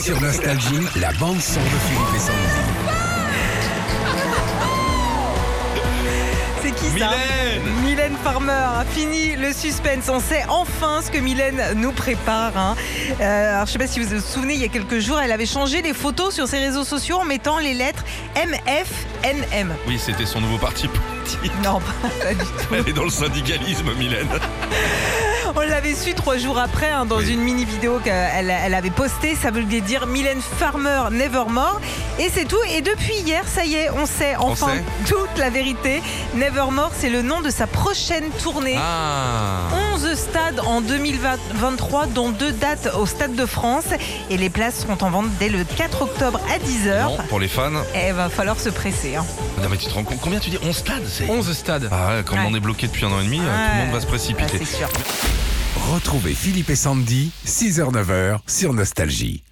Sur Nostalgie, la bande son de Philippe et Sandy. C'est qui ça Mylène Mylène Farmer, fini le suspense. On sait enfin ce que Mylène nous prépare. hein. Euh, alors, je sais pas si vous vous souvenez, il y a quelques jours, elle avait changé les photos sur ses réseaux sociaux en mettant les lettres MFNM. Oui, c'était son nouveau parti politique. Non, pas du tout. Elle est dans le syndicalisme, Mylène. On l'avait su trois jours après hein, dans Oui. une mini vidéo qu'elle elle avait postée. Ça voulait dire Mylène Farmer Nevermore. Et c'est tout. Et depuis hier, ça y est, on sait enfin sait. toute la vérité. Nevermore, c'est le nom de sa prochaine tournée. Ah 11 stades en 2023, dont deux dates au Stade de France. Et les places seront en vente dès le 4 octobre à 10h. Non, pour les fans. Non, Et il va falloir se presser. hein. mais tu te rends compte Combien tu dis 11 stades c'est- 11 stades. Ah, ouais, comme on Ouais. est bloqué depuis un an et demi, euh, tout le monde va se Ouais, précipiter. c'est sûr. Retrouvez Philippe et Sandy, 6h-9h, sur Nostalgie.